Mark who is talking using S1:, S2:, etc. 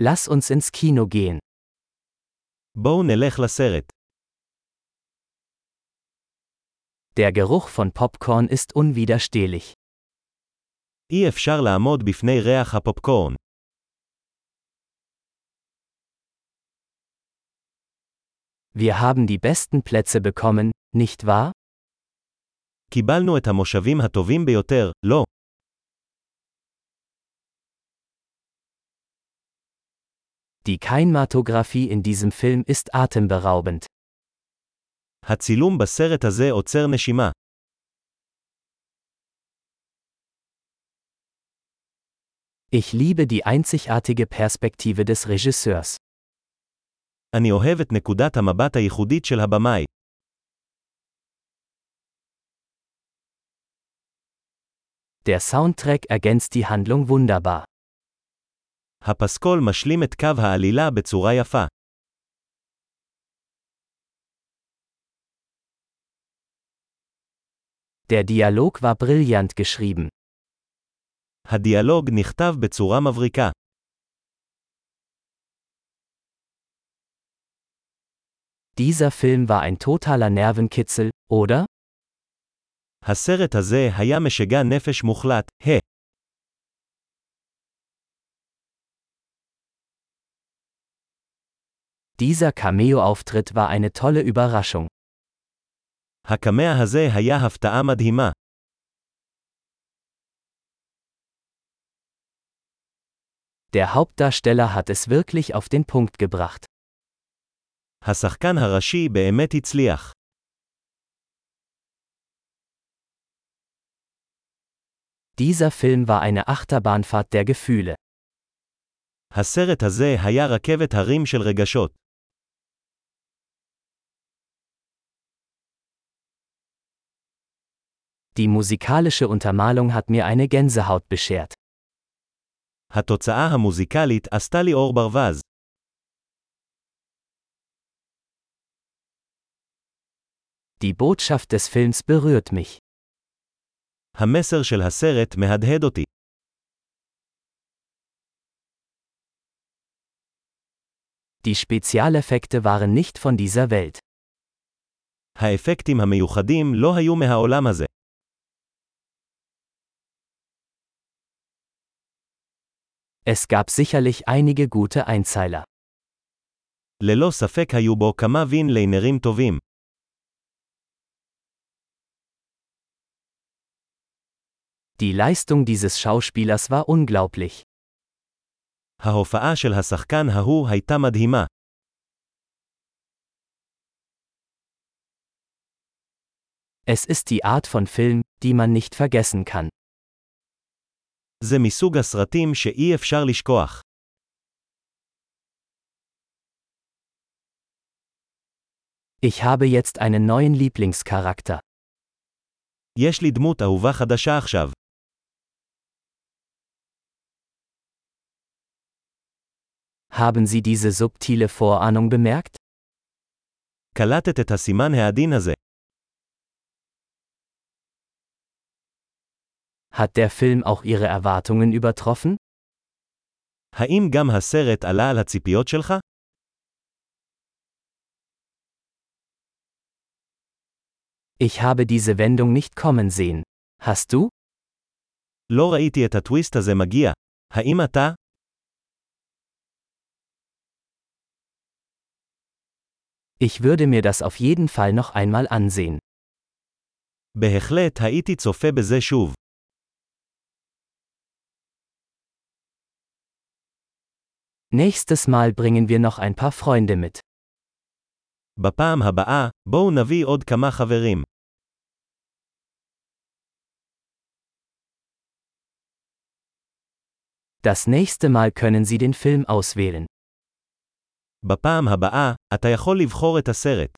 S1: Lass uns ins Kino gehen.
S2: בואו נלך לסרט.
S1: Der Geruch von Popcorn ist unwiderstehlich.
S2: אי אפשר לעמוד בפני ריח הפופקורן.
S1: Wir haben die besten Plätze bekommen, nicht wahr?
S2: קיבלנו את המושבים הטובים ביותר, לא.
S1: Die Kinematographie in diesem Film ist atemberaubend.
S2: הצילום בסרט הזה עוצר נשימה.
S1: Ich liebe die einzigartige Perspektive des Regisseurs.
S2: אני אוהב את נקודת המבט הייחודית של הבמאי.
S1: Der Soundtrack ergänzt die Handlung wunderbar.
S2: הפסקול משלים את קו העלילה בצורה יפה.
S1: Der Dialog war brillant geschrieben.
S2: הדיאלוג נכתב בצורה מבריקה.
S1: Dieser Film war ein totaler Nervenkitzel, oder?
S2: הסרט הזה היה משגע נפש מוחלט, ה.
S1: Dieser Cameo-Auftritt war eine tolle Überraschung.
S2: הקמע הזה היה הפתעה מדהימה.
S1: Der Hauptdarsteller hat es wirklich auf den Punkt gebracht.
S2: השחקן הראשי באמת הצליח.
S1: Dieser Film war eine Achterbahnfahrt der Gefühle.
S2: הסרט הזה היה רכבת הרים של רגשות.
S1: Die musikalische Untermalung hat mir eine Gänsehaut beschert.
S2: התוצאה המוזיקלית עשתה לי אור ברווז.
S1: Die Botschaft des Films berührt mich.
S2: המסר של הסרט מהדהד אותי.
S1: Die Spezialeffekte waren nicht von dieser Welt.
S2: האפקטים המיוחדים לא היו מהעולם הזה.
S1: Es gab sicherlich einige gute Einzeiler.
S2: ללא ספק היו בו כמה וין ליינרים טובים.
S1: Die Leistung dieses Schauspielers war unglaublich.
S2: ההופעה של השחקן ההוא הייתה מדהימה.
S1: Es ist die Art von Film, die man nicht vergessen kann.
S2: זה מסוג הסרטים שאי אפשר לשכוח.
S1: Ich habe jetzt einen neuen Lieblingscharakter.
S2: יש לי דמות אהובה חדשה עכשיו.
S1: Haben Sie diese subtile Vorahnung bemerkt?
S2: קלטת את הסימן העדין הזה.
S1: Hat der Film auch Ihre Erwartungen übertroffen?
S2: האם גם הסרט עלה על הציפיות שלך?
S1: Ich habe diese Wendung nicht kommen sehen. Hast du?
S2: לא ראיתי את הטוויסט הזה מגיע. האם אתה?
S1: Ich würde mir das auf jeden Fall noch einmal ansehen.
S2: בהחלט הייתי צופה בזה שוב.
S1: Nächstes Mal bringen wir noch ein paar Freunde mit.
S2: בפעם הבאה, בואו נביא עוד כמה חברים.
S1: Das nächste Mal können Sie den Film auswählen.
S2: בפעם הבאה, אתה יכול לבחור את הסרט.